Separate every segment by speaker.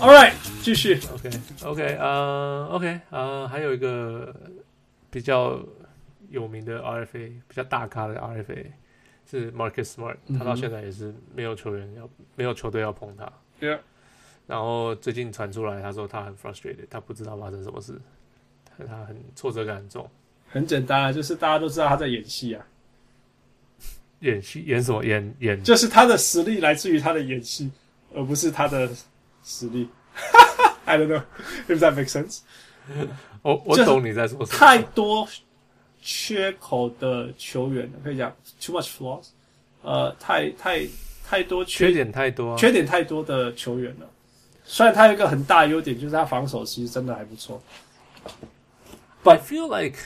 Speaker 1: All right，继续。
Speaker 2: OK OK 呃 OK 呃，还有一个比较有名的 RFA，比较大咖的 RFA 是 Marcus Smart，
Speaker 1: 嗯哼
Speaker 2: 他到现在也是没有球员要没有球队要碰他。
Speaker 1: Yeah
Speaker 2: 然后最近传出来，他说他很 frustrated，他不知道发生什么事，他他很挫折感很重。
Speaker 1: 很简单啊，就是大家都知道他在演戏啊，
Speaker 2: 演戏演什么演演
Speaker 1: 就是他的实力来自于他的演戏，而不是他的实力。I don't know if that makes sense。
Speaker 2: 我我
Speaker 1: 就是
Speaker 2: 懂你在说什么。
Speaker 1: 太多缺口的球员了，可以讲 too much flaws，呃，太太太多缺
Speaker 2: 缺点太多、啊，
Speaker 1: 缺点太多的球员了。虽然他有一个很大的优点，就是他防守其实真的还不错。
Speaker 2: I feel like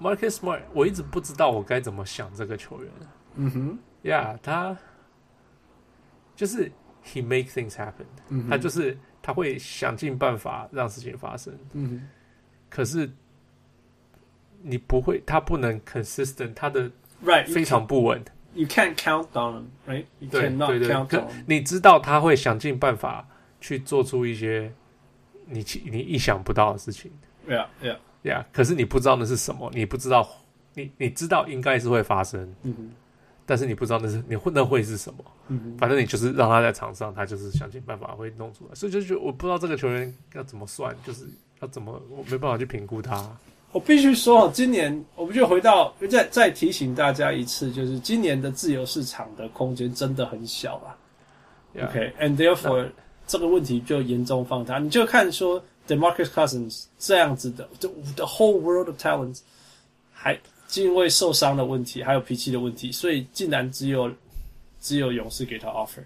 Speaker 2: Marcus Smart，我一直不知道我该怎么想这个球员。
Speaker 1: 嗯哼，
Speaker 2: Yeah，他就是 he make things happen，、
Speaker 1: 嗯哼
Speaker 2: 他就是他会想尽办法让事情发生。
Speaker 1: 嗯哼，
Speaker 2: 可是你不会，他不能 consistent，他的
Speaker 1: Right，
Speaker 2: 非常不稳。
Speaker 1: you can't count on them, right? You
Speaker 2: 对
Speaker 1: cannot
Speaker 2: 对对，
Speaker 1: count
Speaker 2: 可
Speaker 1: on them.
Speaker 2: 你知道他会想尽办法去做出一些你其你意想不到的事情。
Speaker 1: Yeah, yeah.
Speaker 2: 呀、可是你不知道那是什么，你不知道，你你知道应该是会发生，
Speaker 1: 嗯哼，
Speaker 2: 但是你不知道那是你会那会是什么。
Speaker 1: 嗯哼，
Speaker 2: 反正你就是让他在场上，他就是想尽办法会弄出来。所以就觉得我不知道这个球员要怎么算，就是要怎么，我没办法去评估他。
Speaker 1: 我必须说，今年我们就回到再再提醒大家一次，就是今年的自由市场的空间真的很小啊。
Speaker 2: Yeah,
Speaker 1: OK，and、therefore 这个问题就严重放大。你就看说 Demarcus Cousins 这样子的，the the whole world of talents 还因为受伤的问题，还有脾气的问题，所以竟然只有只有勇士给他 offer。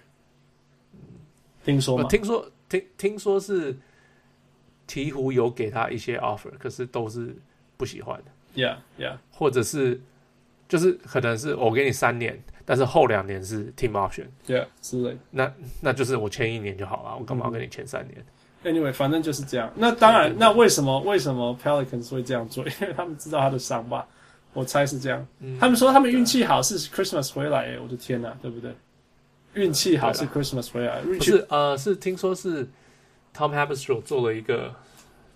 Speaker 1: 听说
Speaker 2: 我
Speaker 1: 吗？
Speaker 2: 听说听听说是鹈鹕有给他一些 offer，可是都是不喜欢的，
Speaker 1: Yeah, yeah.
Speaker 2: 或者是就是可能是我给你三年，但是后两年是 team option，
Speaker 1: Yeah，之类。
Speaker 2: 那那就是我签一年就好了，我干嘛要跟你签三年？
Speaker 1: 嗯 Anyway，反正就是这样。那当然
Speaker 2: 对，对
Speaker 1: 那为什么为什么 Pelicans 会这样做？ 因为他们知道他的伤疤，我猜是这样。
Speaker 2: 嗯啊
Speaker 1: 他们说他们运气好是 Christmas 回来耶，我的天呐、啊对不对？运气好是
Speaker 2: 对
Speaker 1: Christmas 回来，运
Speaker 2: 不
Speaker 1: 气
Speaker 2: 是呃，是听说是 Tom Haberstroh 做了一个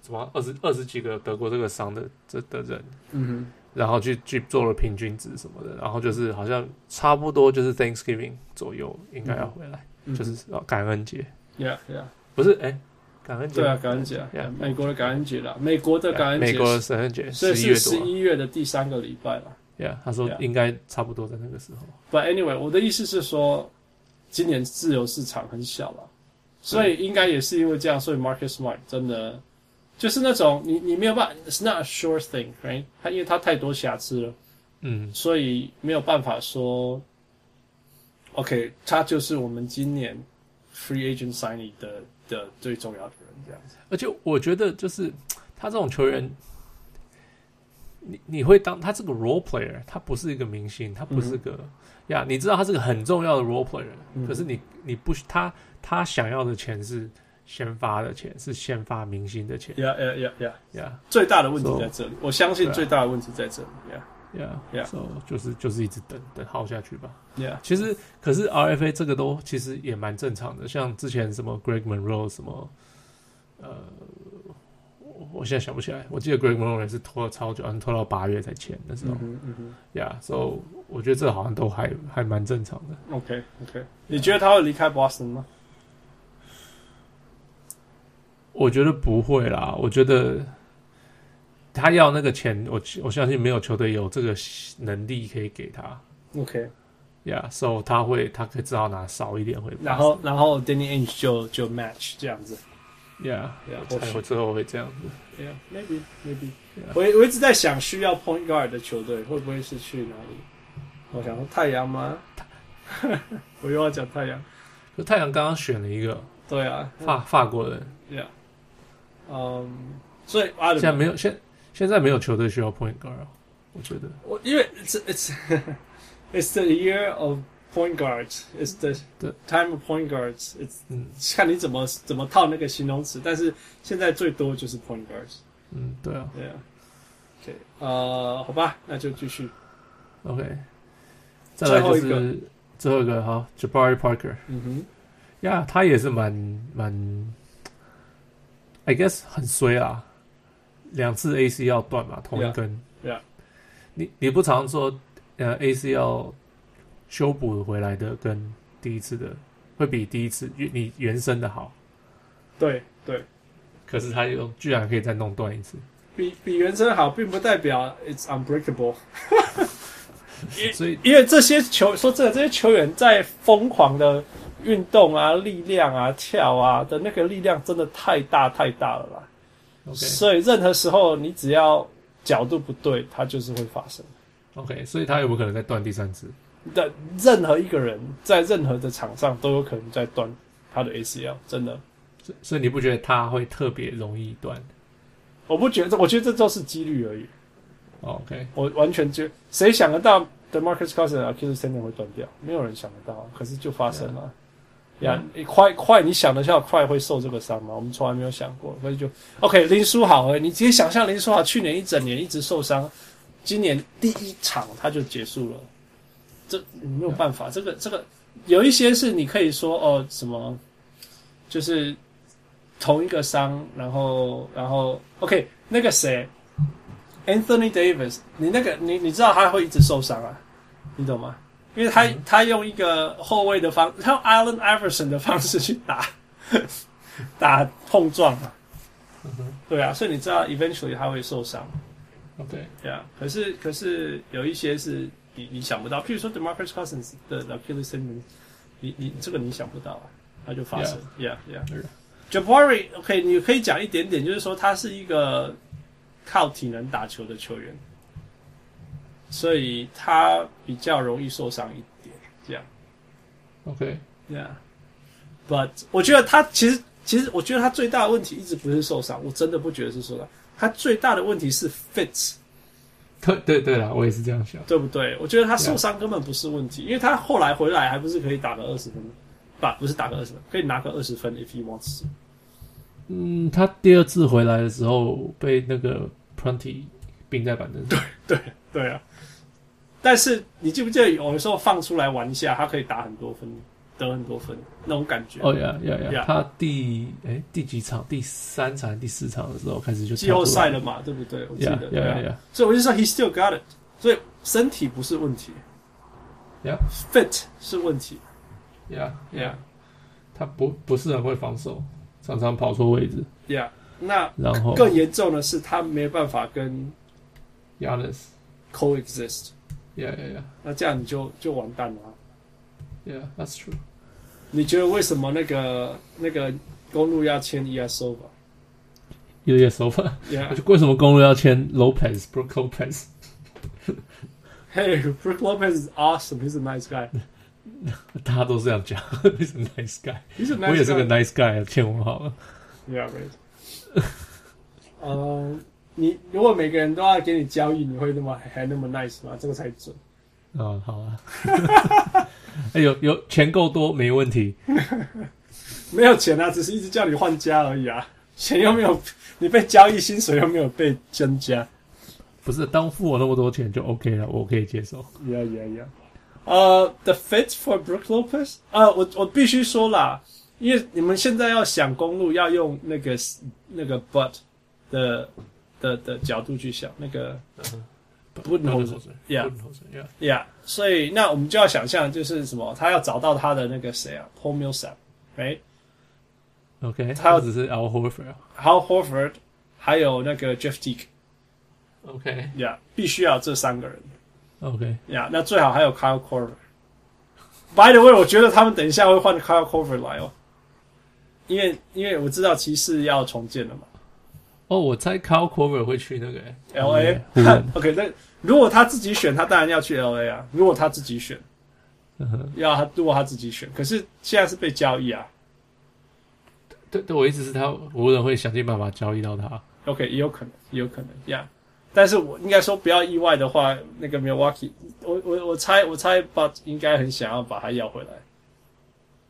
Speaker 2: 什么二十二十几个德国这个商的这的人，
Speaker 1: 嗯
Speaker 2: 然后去去做了平均值什么的，然后就是好像差不多就是 Thanksgiving 左右应该要回来，
Speaker 1: 嗯哼，
Speaker 2: 就是呃感恩节，
Speaker 1: Yeah Yeah，
Speaker 2: 不是哎、感恩节
Speaker 1: 对啊，感恩节啊
Speaker 2: Yeah，
Speaker 1: 美国的感恩节啦，美国的感恩节，
Speaker 2: 美国的感恩节
Speaker 1: 所以
Speaker 2: 十一
Speaker 1: 是
Speaker 2: 月
Speaker 1: 十
Speaker 2: 多啊
Speaker 1: 一月的第三个礼拜啦。
Speaker 2: ，Yeah，他说
Speaker 1: Yeah
Speaker 2: 应该差不多在那个时候。
Speaker 1: But anyway，我的意思是说，今年自由市场很小了，所以应该也是因为这样，所以 Marcus Smart 真的就是那种你你没有办法，It's not a sure thing，right？他因为他太多瑕疵了，
Speaker 2: 嗯
Speaker 1: 所以没有办法说，OK，他就是我们今年 free agent signing 的的最重要的人，这样子。
Speaker 2: 而且我觉得就是他这种球员，你你会当他是个 role player，他不是一个明星，他不是个呀你知道他是个很重要的 role player，、
Speaker 1: 嗯
Speaker 2: 可是你你不他他想要的钱是先发的钱，是先发明星的钱
Speaker 1: Yeah, yeah, yeah, yeah.
Speaker 2: 呀
Speaker 1: 最大的问题
Speaker 2: So-
Speaker 1: 在这里，我相信
Speaker 2: 对啊
Speaker 1: 最大的问题在这里。
Speaker 2: 呀
Speaker 1: Yeah
Speaker 2: 所以就是就是一直等等耗下去吧。
Speaker 1: Yeah, yeah.
Speaker 2: 其实可是 RFA 这个都其实也蛮正常的，像之前什么 Greg Monroe 什么，呃，我我现在想不起来，我记得 Greg Monroe 也是拖了超久，好像拖到八月才签那时候
Speaker 1: 嗯哼，嗯哼。
Speaker 2: 呀，所以、yeah, so 我觉得这好像都还还蛮正常的。
Speaker 1: OK OK，你觉得他会离开 Boston 吗？
Speaker 2: 我觉得不会啦，我觉得他要那个钱，我我相信没有球队有这个能力可以给他
Speaker 1: OK，
Speaker 2: 呀，所、yeah, 以、so、他会他可以至少拿少一点回，
Speaker 1: 然后然后 Danny Ainge 就就 match 这样子
Speaker 2: yeah，
Speaker 1: Yeah，
Speaker 2: 我猜
Speaker 1: 或许
Speaker 2: 我最后会这样子。
Speaker 1: ，Yeah maybe maybe，
Speaker 2: Yeah
Speaker 1: 我我一直在想需要 point guard 的球队会不会是去哪里？我想说太阳吗？ 我又要讲太阳，
Speaker 2: 可太阳刚刚选了一个
Speaker 1: 对啊，
Speaker 2: 法法国人，
Speaker 1: ，Yeah，嗯，所以 I don't
Speaker 2: 现在
Speaker 1: know，
Speaker 2: 没有现现在没有球队需要 point guard，啊我觉得
Speaker 1: 我因为 it's it's it's the year of point guards，it's the
Speaker 2: 对
Speaker 1: time of point guards，it's
Speaker 2: 嗯
Speaker 1: 看你怎么怎么套那个形容词，但是现在最多就是 point guards。
Speaker 2: 嗯，对啊
Speaker 1: 对啊，OK，呃，好吧，那就继续。
Speaker 2: ，OK，再
Speaker 1: 最
Speaker 2: 来就
Speaker 1: 后
Speaker 2: 是最后一个哈，Jabari Parker，
Speaker 1: 嗯哼，
Speaker 2: 呀、yeah,，他也是蛮蛮，I guess 很衰啊，两次 AC 要断嘛，同一根。
Speaker 1: Yeah, yeah.
Speaker 2: 你你不常说，呃，AC 要修补回来的跟第一次的会比第一次你原生的好，
Speaker 1: 对对，
Speaker 2: 可是他又居然可以再弄断一次，
Speaker 1: 比比原生好，并不代表 it's unbreakable
Speaker 2: 所以
Speaker 1: 因为这些球说真的，这些球员在疯狂的运动啊、力量啊、跳啊的那个力量真的太大太大了啦。
Speaker 2: OK
Speaker 1: 所以任何时候你只要角度不对，它就是会发生。
Speaker 2: OK，所以他有没有可能再断第三次？
Speaker 1: 但任何一个人在任何的场上都有可能在断他的 ACL，真的，
Speaker 2: 所以所以你不觉得他会特别容易断、
Speaker 1: 我不觉得，我觉得这就是几率而已。
Speaker 2: o k
Speaker 1: 我完全觉谁想得到 The Marcus Cousins 的 Achilles tendon 会断掉？没有人想得到啊，可是就发生了。呀、快快，你想得下快会受这个伤吗？我们从来没有想过，所以就 OK。林书豪、欸，你直接想象林书豪去年一整年一直受伤，今年第一场他就结束了，这没有办法。这个这个有一些是你可以说哦，什么就是同一个伤，然后然后 OK，那个谁 Anthony Davis，你那个你你知道他会一直受伤啊，你懂吗？因为他、
Speaker 2: 嗯
Speaker 1: 他用一个后卫的方，他用 Allen Iverson 的方式去打 打碰撞嘛，
Speaker 2: 嗯哼
Speaker 1: 对啊，所以你知道 eventually 他会受伤，
Speaker 2: ，OK，
Speaker 1: 对啊。可是可是有一些是你你想不到，譬如说 Demarcus Cousins 的 Achilles tendon，你你这个你想不到啊，它就发生，yeah yeah。
Speaker 2: 对啊
Speaker 1: Jabari OK，你可以讲一点点，就是说他是一个靠体能打球的球员，所以他比较容易受伤一点，这样。
Speaker 2: OK，
Speaker 1: Yeah，but 我觉得他其实其实我觉得他最大的问题一直不是受伤，我真的不觉得是受伤，他最大的问题是 fit，
Speaker 2: 对对对啦，我也是这样想。
Speaker 1: 对不对？我觉得他
Speaker 2: 啊
Speaker 1: 受伤根本不是问题，因为他后来回来还不是可以打个二十分，不不是打个二十分，可以拿个二十分 if he wants to。
Speaker 2: 嗯，他第二次回来的时候被那个 Prunty 并在板凳上。
Speaker 1: 对对啊，但是你记不记得有的时候放出来玩一下，他可以打很多分，得很多分那种感觉。
Speaker 2: 哦呀呀呀！
Speaker 1: Yeah
Speaker 2: 他第哎第几场？第三场、第四场的时候开始就
Speaker 1: 季后赛
Speaker 2: 了。
Speaker 1: 了嘛，对不对？我记
Speaker 2: 呀
Speaker 1: 得对
Speaker 2: 呀
Speaker 1: 啊。
Speaker 2: 呀！
Speaker 1: 所以我就说 he still got it，所以身体不是问题
Speaker 2: Yeah
Speaker 1: fit 是问题
Speaker 2: 呀
Speaker 1: Yeah
Speaker 2: 呀！他不不是很会防守，常常跑错位置。
Speaker 1: ，Yeah，那
Speaker 2: 然后
Speaker 1: 更严重的是他没办法跟
Speaker 2: Yanis，
Speaker 1: coexist，
Speaker 2: 呀呀呀
Speaker 1: 那这样你就就完蛋了啊。
Speaker 2: 呀，That's true。
Speaker 1: 你觉得为什么那个那个公路要签 ESO 吧
Speaker 2: 有点手法。
Speaker 1: ？Yeah，
Speaker 2: 为什么公路要签 Lopez、Brook Lopez？
Speaker 1: hey,，Brook Lopez is awesome. He's a nice guy.
Speaker 2: 大家都是这样讲 ，He's a nice guy。
Speaker 1: He's a nice guy.
Speaker 2: 我也是个 nice guy，啊欠我好了。
Speaker 1: Yeah, right. 呃，你如果每个人都要给你交易，你会那么还那么 nice 吗？这个才准。
Speaker 2: 哦，好啊。 哎，有有钱够多没问题。
Speaker 1: 没有钱啊，只是一直叫你换家而已啊，钱又没有， 你被交易，薪水又没有被增加。
Speaker 2: 不是，当付我那么多钱就 OK 了，我可以接受。
Speaker 1: Yeah, yeah, yeah. 呃、t h e fit for Brook Lopez 啊、我我必须说啦，因为你们现在要想公路，要用那个那个 but 的的的角度去想那个不能
Speaker 2: 能水，
Speaker 1: Yeah
Speaker 2: 不能水，Yeah，
Speaker 1: Yeah，所以那我们就要想象就是什么，他要找到他的那个谁啊，Paul Millsap，right？
Speaker 2: OK，
Speaker 1: 他要
Speaker 2: 只是 Al Horford。啊
Speaker 1: Hal Horford，还有那个 Jeff Teague，yeah，
Speaker 2: OK
Speaker 1: 必须要这三个人
Speaker 2: OK，
Speaker 1: ，yeah，那最好还有 Kyle Korver。By the way，我觉得他们等一下会换 Kyle Korver 来哦，因为因为我知道骑士要重建了嘛
Speaker 2: 哦，我猜 Kyle Korver 会去那个欸
Speaker 1: ，L A
Speaker 2: 湖人。。
Speaker 1: OK，那如果他自己选，他当然要去 L A 啊。如果他自己选，
Speaker 2: 嗯哼
Speaker 1: 要他如果他自己选，可是现在是被交易啊。
Speaker 2: 对对，我意思是他湖人会想尽办法交易到他。
Speaker 1: OK，也有可能，也有可能，Yeah。但是我应该说不要意外的话，那个 Milwaukee，我我我猜我猜 But 应该很想要把他要回来。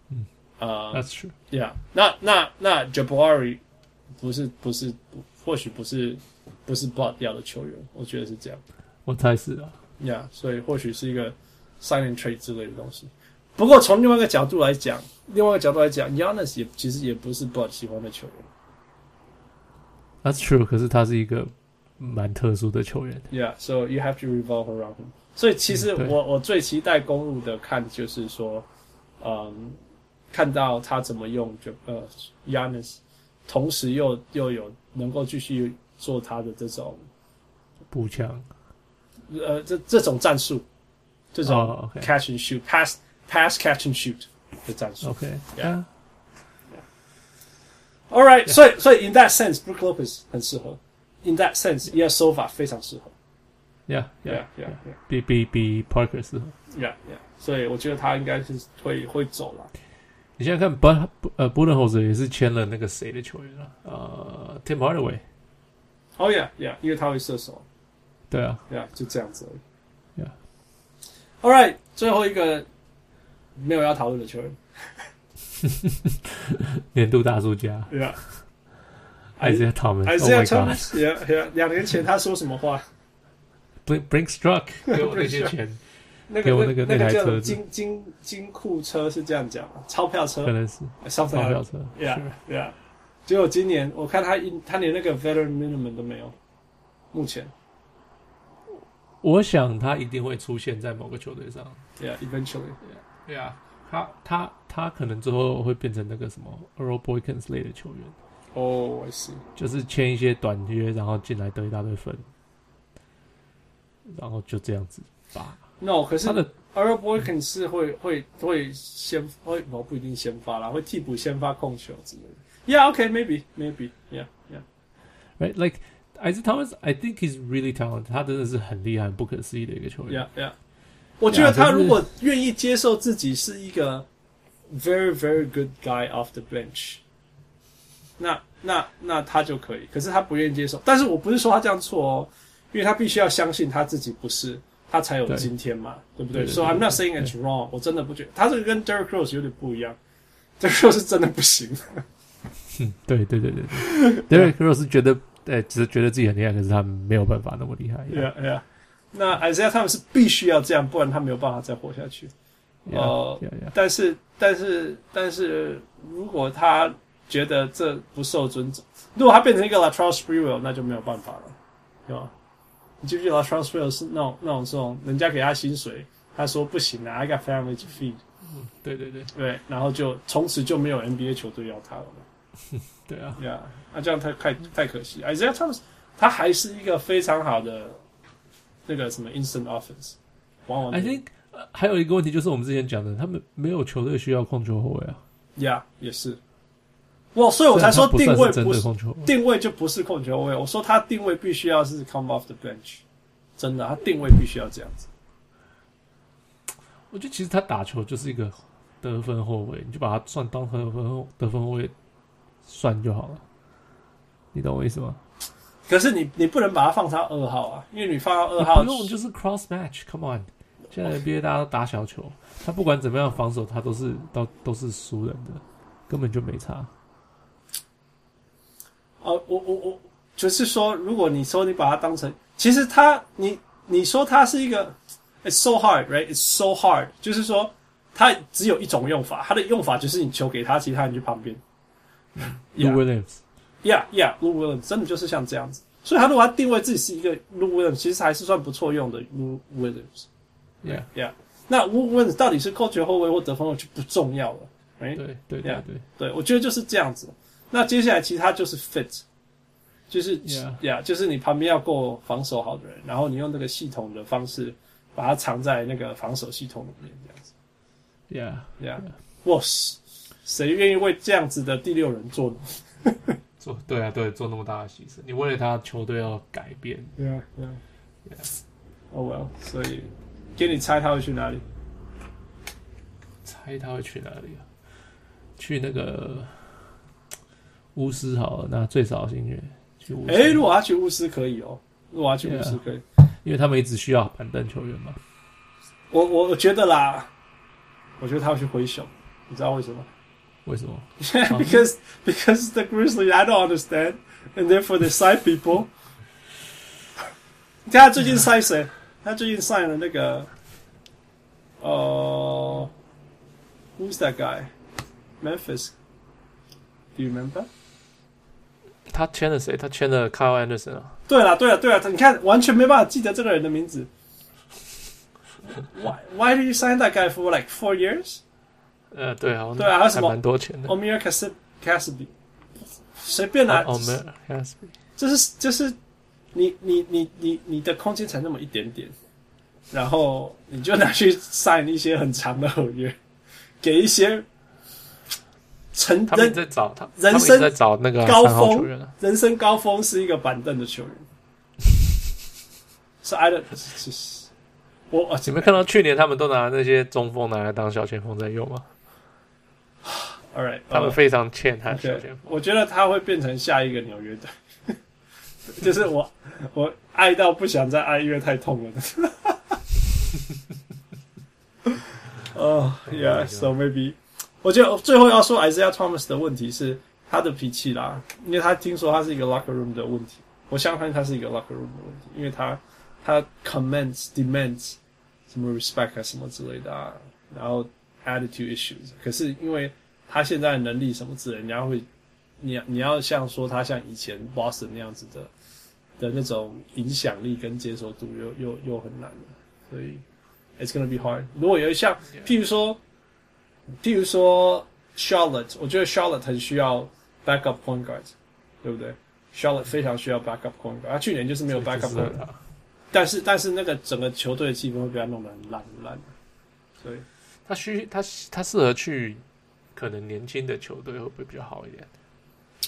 Speaker 2: 嗯，
Speaker 1: 啊、
Speaker 2: That's true。
Speaker 1: y e a h 那那那 Jabari 不是不是或许不是不是 But 要的球员，我觉得是这样。
Speaker 2: 我猜是啊。
Speaker 1: Yeah，所以或许是一个 sign and trade 之类的东西。不过从另外一个角度来讲，另外一个角度来讲，Yanis 也其实也不是 Bud 喜欢的球员。
Speaker 2: That's true，可是他是一个蛮特殊的球员。
Speaker 1: Yeah, so you have to revolve around him. 所以其实
Speaker 2: 嗯对
Speaker 1: 我、我最期待公路的看就是说，嗯，看到他怎么用就呃 Yanis，同时又又有能够继续做他的这种
Speaker 2: 步枪，
Speaker 1: 呃这这种战术，这种
Speaker 2: 哦 OK
Speaker 1: catch and shoot、pass pass catch and shoot 的战术。
Speaker 2: OK，
Speaker 1: Yeah
Speaker 2: 啊
Speaker 1: All right，所以所以 in that sense，Brook Lopez 很适合。In that sense，伊的手法非常适合。
Speaker 2: ，Yeah
Speaker 1: Yeah,
Speaker 2: Yeah
Speaker 1: yeah, yeah.
Speaker 2: 比比比 Parker 适合。
Speaker 1: Yeah, yeah. 所以我觉得他应该是会会走了。
Speaker 2: 你现在看 Bud 呃 b u d e n h o s e r 也是签了那个谁的球员啊？呃，Tim Hardaway，
Speaker 1: Oh yeah, yeah，因为他会射手。
Speaker 2: 对啊，
Speaker 1: Yeah，就这样子而已。
Speaker 2: Yeah.
Speaker 1: All right，最后一个没有要讨论的球员。
Speaker 2: 年度大输家
Speaker 1: Yeah. 哎
Speaker 2: Isaiah Thomas。
Speaker 1: 还
Speaker 2: Oh
Speaker 1: 是要
Speaker 2: my
Speaker 1: 穿
Speaker 2: God，
Speaker 1: ，Yeah Yeah，两年前他说什么话？
Speaker 2: Blink Blink Struck，给我那些
Speaker 1: Blink Struck
Speaker 2: 钱，
Speaker 1: 那
Speaker 2: 给我
Speaker 1: 个
Speaker 2: 那个
Speaker 1: 那
Speaker 2: 那
Speaker 1: 个
Speaker 2: 台
Speaker 1: 叫
Speaker 2: 车子
Speaker 1: 金金金库车是这样讲吗？钞票车
Speaker 2: 可能是
Speaker 1: ，something
Speaker 2: 发
Speaker 1: like that
Speaker 2: 嗯票车。
Speaker 1: 呃 Yeah
Speaker 2: Sure
Speaker 1: Yeah，结果今年我看他一他连那个 veteran minimum 都没有，目前
Speaker 2: 我想他一定会出现在某个球队上。
Speaker 1: Yeah eventually
Speaker 2: 对啊，他他他可能之后会变成那个什么 Earl Boykins 类的球员，
Speaker 1: Oh I see
Speaker 2: 就是签一些短约，然后进来得一大堆分，然后就这样子吧。
Speaker 1: No，可是
Speaker 2: 他的
Speaker 1: Earl Boykin 是会会会先会我不一定先发啦，会替补先发控球之类的。Yeah, OK, maybe, maybe, yeah, yeah.
Speaker 2: right like Isaac Thomas, I think he's really talented，他真的是很厉害、很不可思议的一个球员。
Speaker 1: Yeah, yeah. 我觉得他
Speaker 2: 可是
Speaker 1: 如果愿意接受自己是一个 very very good guy off the bench，那那那他就可以。可是他不愿意接受，但是我不是说他这样错哦，因为他必须要相信他自己不是，他才有
Speaker 2: 对
Speaker 1: 今天嘛，对不
Speaker 2: 对
Speaker 1: 对
Speaker 2: 对
Speaker 1: ？So I'm not
Speaker 2: 对
Speaker 1: saying
Speaker 2: 对
Speaker 1: it's wrong，我真的不觉得他这个跟 Derek Rose 有点不一样，Derek Rose 是真的不行。
Speaker 2: 嗯， 对对对对 对。Derek Rose 是觉得，呃，只是觉得自己很厉害，可是他没有办法那么厉害。
Speaker 1: Yeah, yeah. 那 Isaiah 他们是必须要这样，不然他没有办法再活下去。Uh，
Speaker 2: yeah, yeah, yeah.
Speaker 1: 但是，但是，但是，如果他觉得这不受尊重，如果他变成一个 Latrell Sprewell，那就没有办法了，对吧？你记不记得 Latrell Sprewell 是那种那种这种人家给他薪水，他说不行啊，I got family to feed，
Speaker 2: 对对对
Speaker 1: 对，然后就从此就没有 NBA 球队要他了。
Speaker 2: 对啊！
Speaker 1: Yeah，那、这样太太太可惜。Isaiah Thomas 他还是一个非常好的那个什么 instant offense，往往
Speaker 2: I think 呃还有一个问题就是我们之前讲的，他们没有球队需要控球后卫啊。
Speaker 1: Yeah 也是。哇，所以哦我才
Speaker 2: 虽
Speaker 1: 说
Speaker 2: 然他不
Speaker 1: 定
Speaker 2: 算
Speaker 1: 位
Speaker 2: 是真
Speaker 1: 不
Speaker 2: 的
Speaker 1: 是
Speaker 2: 控球后卫，
Speaker 1: 定位就不是控球位，我说他定位必须要是 come off the bench，真的，他定位必须要这样子。
Speaker 2: 我觉得其实他打球就是一个得分后卫，你就把他算当得分后得分后卫算就好了。你懂我意思吗？
Speaker 1: 可是你你不能把他放到二号啊，因为你放到二
Speaker 2: 你
Speaker 1: 号
Speaker 2: 不用就是 cross match，come on。现在 NBA 大家都打小球，他不管怎么样防守，他都是都都是输人的，根本就没差。
Speaker 1: 哦，我我我，就是说，如果你说你把它当成，其实他你你说它是一个，it's so hard, right? It's so hard，就是说它只有一种用法，它的用法就是你球给他，其他人去旁边。
Speaker 2: Lou
Speaker 1: Yeah.
Speaker 2: Williams，
Speaker 1: Yeah, yeah, Lou Williams 真的就是像这样子。所以他如果他定位自己是一个 Lou Williams，其实还是算不错用的 Lou Williams。
Speaker 2: yeah，
Speaker 1: Yeah，那 Lou Williams 到底是控球后卫或得分后卫就不重要了，right？
Speaker 2: 对对对
Speaker 1: Yeah.
Speaker 2: 对
Speaker 1: 对，我觉得就是这样子。那接下来其他就是 fit，就是
Speaker 2: Yeah.
Speaker 1: 呀就是你旁边要够防守好的人，然后你用那个系统的方式把它藏在那个防守系统里面，这样子。
Speaker 2: y e a h
Speaker 1: 呀、哇，谁愿意为这样子的第六人做呢？
Speaker 2: 做对啊对，做那么大的牺牲，你为了他球队要改变，
Speaker 1: 对啊，对啊，哦 well，所以给你猜他会去哪里？
Speaker 2: 猜他会去哪里啊？去那个巫师好了，那最少薪月去巫师，
Speaker 1: 哎、如果他去巫师可以哦，如果他去巫师
Speaker 2: Yeah.
Speaker 1: 可以。
Speaker 2: 因为他们一直需要板凳球员嘛。
Speaker 1: 我我我觉得啦，我觉得他会去灰熊，你知道为什么？
Speaker 2: 为什么？
Speaker 1: Yeah, because because the grizzly I don't understand, and therefore they sign people. 你看他最近 sign 谁？他最近 sign 了那个，呃 Who's that guy? Memphis. Do you remember?
Speaker 2: 他签了谁？他签了 Kyle Anderson 啊。
Speaker 1: 对了，对了，对了，你看完全没办法记得这个人的名字。Why Why did you sign that guy for like four years?
Speaker 2: 呃，对啊，
Speaker 1: 对啊还有什
Speaker 2: 还
Speaker 1: 么
Speaker 2: 蛮多钱 的。
Speaker 1: Omir Cassib Cassidy，随便啦、
Speaker 2: 哦，没有 yes，
Speaker 1: 这是这是你你你你你的空间才那么一点点，然后你就拿去 sign 一些很长的合约，给一些成
Speaker 2: 他们一直
Speaker 1: 人
Speaker 2: 在找他，
Speaker 1: 人
Speaker 2: 他们一
Speaker 1: 生
Speaker 2: 直在找那个
Speaker 1: 高
Speaker 2: 三号
Speaker 1: 峰
Speaker 2: 球员啊。
Speaker 1: 人生高峰是一个板凳的球 员。是 I don't，是是我啊，
Speaker 2: 你没看到去年他们都拿那些中锋拿来当小前锋在用吗？
Speaker 1: ？All right，
Speaker 2: 他们非常欠他的小
Speaker 1: OK，
Speaker 2: 前锋。
Speaker 1: 我觉得他会变成下一个纽约队， 就是我我爱到不想再爱，因为太痛了。 哦、oh,，Yeah，so maybe，我觉得最后要说 Isaiah Thomas 的问题是他的脾气啦，因为他听说他是一个 locker room 的问题，我相信他是一个 locker room 的问题，因为他他 commands demands 什么 respect 啊什么之类的啊，然后 attitude issues，可是因为他现在的能力什么之类，人家会，你你要像说他像以前 Boston 那样子的的那种影响力跟接受度又又又很难了，所以 it's gonna be hard。如果有一项，譬如说，譬如说 Charlotte，我觉得 Charlotte 很需要 backup point guard，对不对？Charlotte 非常需要 backup point guard，他去年就是没有 backup
Speaker 2: 就是
Speaker 1: point guard。但是但是那个整个球队的气氛会被他弄得很烂很烂，所以
Speaker 2: 他需他他适合去可能年轻的球队会不会比较好一点？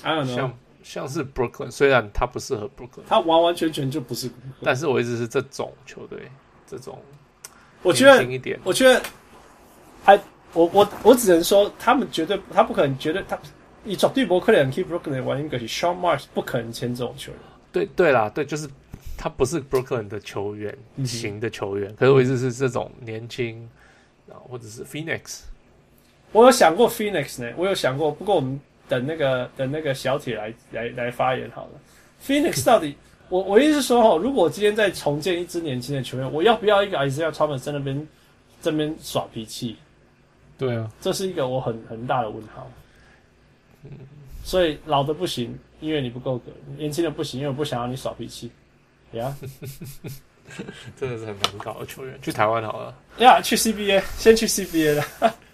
Speaker 1: I don't know，
Speaker 2: 像像是 Brooklyn，虽然他不适合 Brooklyn，
Speaker 1: 他完完全全就不是。
Speaker 2: 但是我一直是这种球队，这种
Speaker 1: 我觉得
Speaker 2: 年轻一点，
Speaker 1: 我觉得，还我我我只能说，他们绝对他不可能绝对他，以绝对不可能去 Brooklyn 玩一个 Sean Marsh 不可能签这种球员。
Speaker 2: 对对啦，对，就是他不是 Brooklyn 的球员
Speaker 1: 嗯哼
Speaker 2: 型的球员，可是我一直是这种年轻，然后或者是 Phoenix，
Speaker 1: 我有想过 Phoenix 呢，我有想过，不过我们等那个等那个小铁来来来发言好了。Phoenix 到底， 我我意思是说哦，如果我今天再重建一支年轻的球员，我要不要一个 Isaiah Thomas 在那边这边耍脾气？
Speaker 2: 对啊，
Speaker 1: 这是一个我很很大的问号。所以老的不行，因为你不够格；年轻的不行，因为我不想要你耍脾气。呀
Speaker 2: 真的是很难搞的球员。去台湾好了，
Speaker 1: 呀，去 CBA，先去 CBA 了。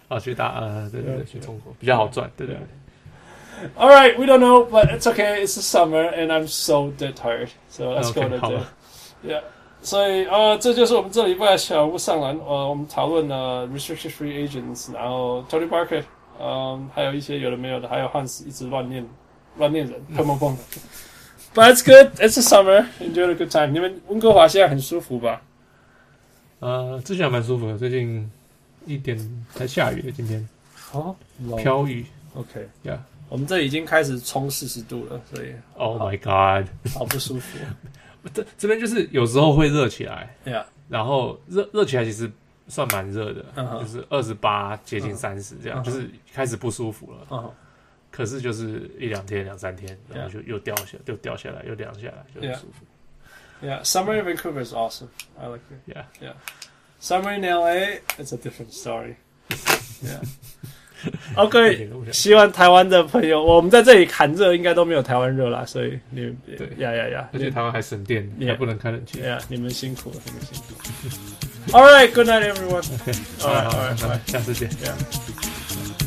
Speaker 2: 啊，去打呃，对对
Speaker 1: 对啊
Speaker 2: 对，去中国比较好赚，对对对。
Speaker 1: All right, we don't know, but it's okay. It's the summer, and I'm so dead tired. So let's go
Speaker 2: OK，
Speaker 1: to
Speaker 2: 好
Speaker 1: the
Speaker 2: 了，
Speaker 1: yeah. 所以呃，这就是我们这礼拜的小屋上篮。呃，我们讨论了 restricted free agents，然后 Tony Parker，嗯、还有一些有的没有的，还有汉斯一直乱念乱念人，砰砰砰。But it's good. It's a summer. Enjoy a good time. 你们温哥华现在很舒服吧？
Speaker 2: 呃，之前还蛮舒服的，最近一点才下雨的，今天
Speaker 1: 哦，
Speaker 2: 飘雨
Speaker 1: OK，
Speaker 2: 呀。
Speaker 1: 我们这已经开始冲四十度了，所以
Speaker 2: Oh my god！
Speaker 1: 好不舒服。
Speaker 2: 这这边就是有时候会热起来，
Speaker 1: Yeah，
Speaker 2: 然后热热起来其实算蛮热的
Speaker 1: 嗯哼
Speaker 2: 就是二十八接近三十这样
Speaker 1: 嗯哼
Speaker 2: 就是开始不舒服了。
Speaker 1: 哦、
Speaker 2: 可是就是一两天、两三天，然后
Speaker 1: Yeah.
Speaker 2: 就又掉下，又掉下来，又凉下来，就很
Speaker 1: Yeah.
Speaker 2: 舒服。
Speaker 1: Yeah, summer in Vancouver is awesome. I like it.
Speaker 2: Yeah.
Speaker 1: Yeah. Summer in LA, it's a different story. Yeah. OK，希望台湾的朋友，我们在这里喊热，应该都没有台湾热啦，所以你们
Speaker 2: 对
Speaker 1: 呀呀呀，
Speaker 2: 而且台湾还省电，
Speaker 1: Yeah.
Speaker 2: 还不能开冷气。
Speaker 1: 呀，你们辛苦了，你们辛苦。All right, good night, everyone. All right,
Speaker 2: 好
Speaker 1: all right, all
Speaker 2: 那
Speaker 1: right.
Speaker 2: 下次见。
Speaker 1: Yeah.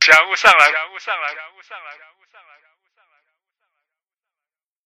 Speaker 3: Chào buổi sáng lành. Chào buổi sáng lành. Chào buổi sáng lành.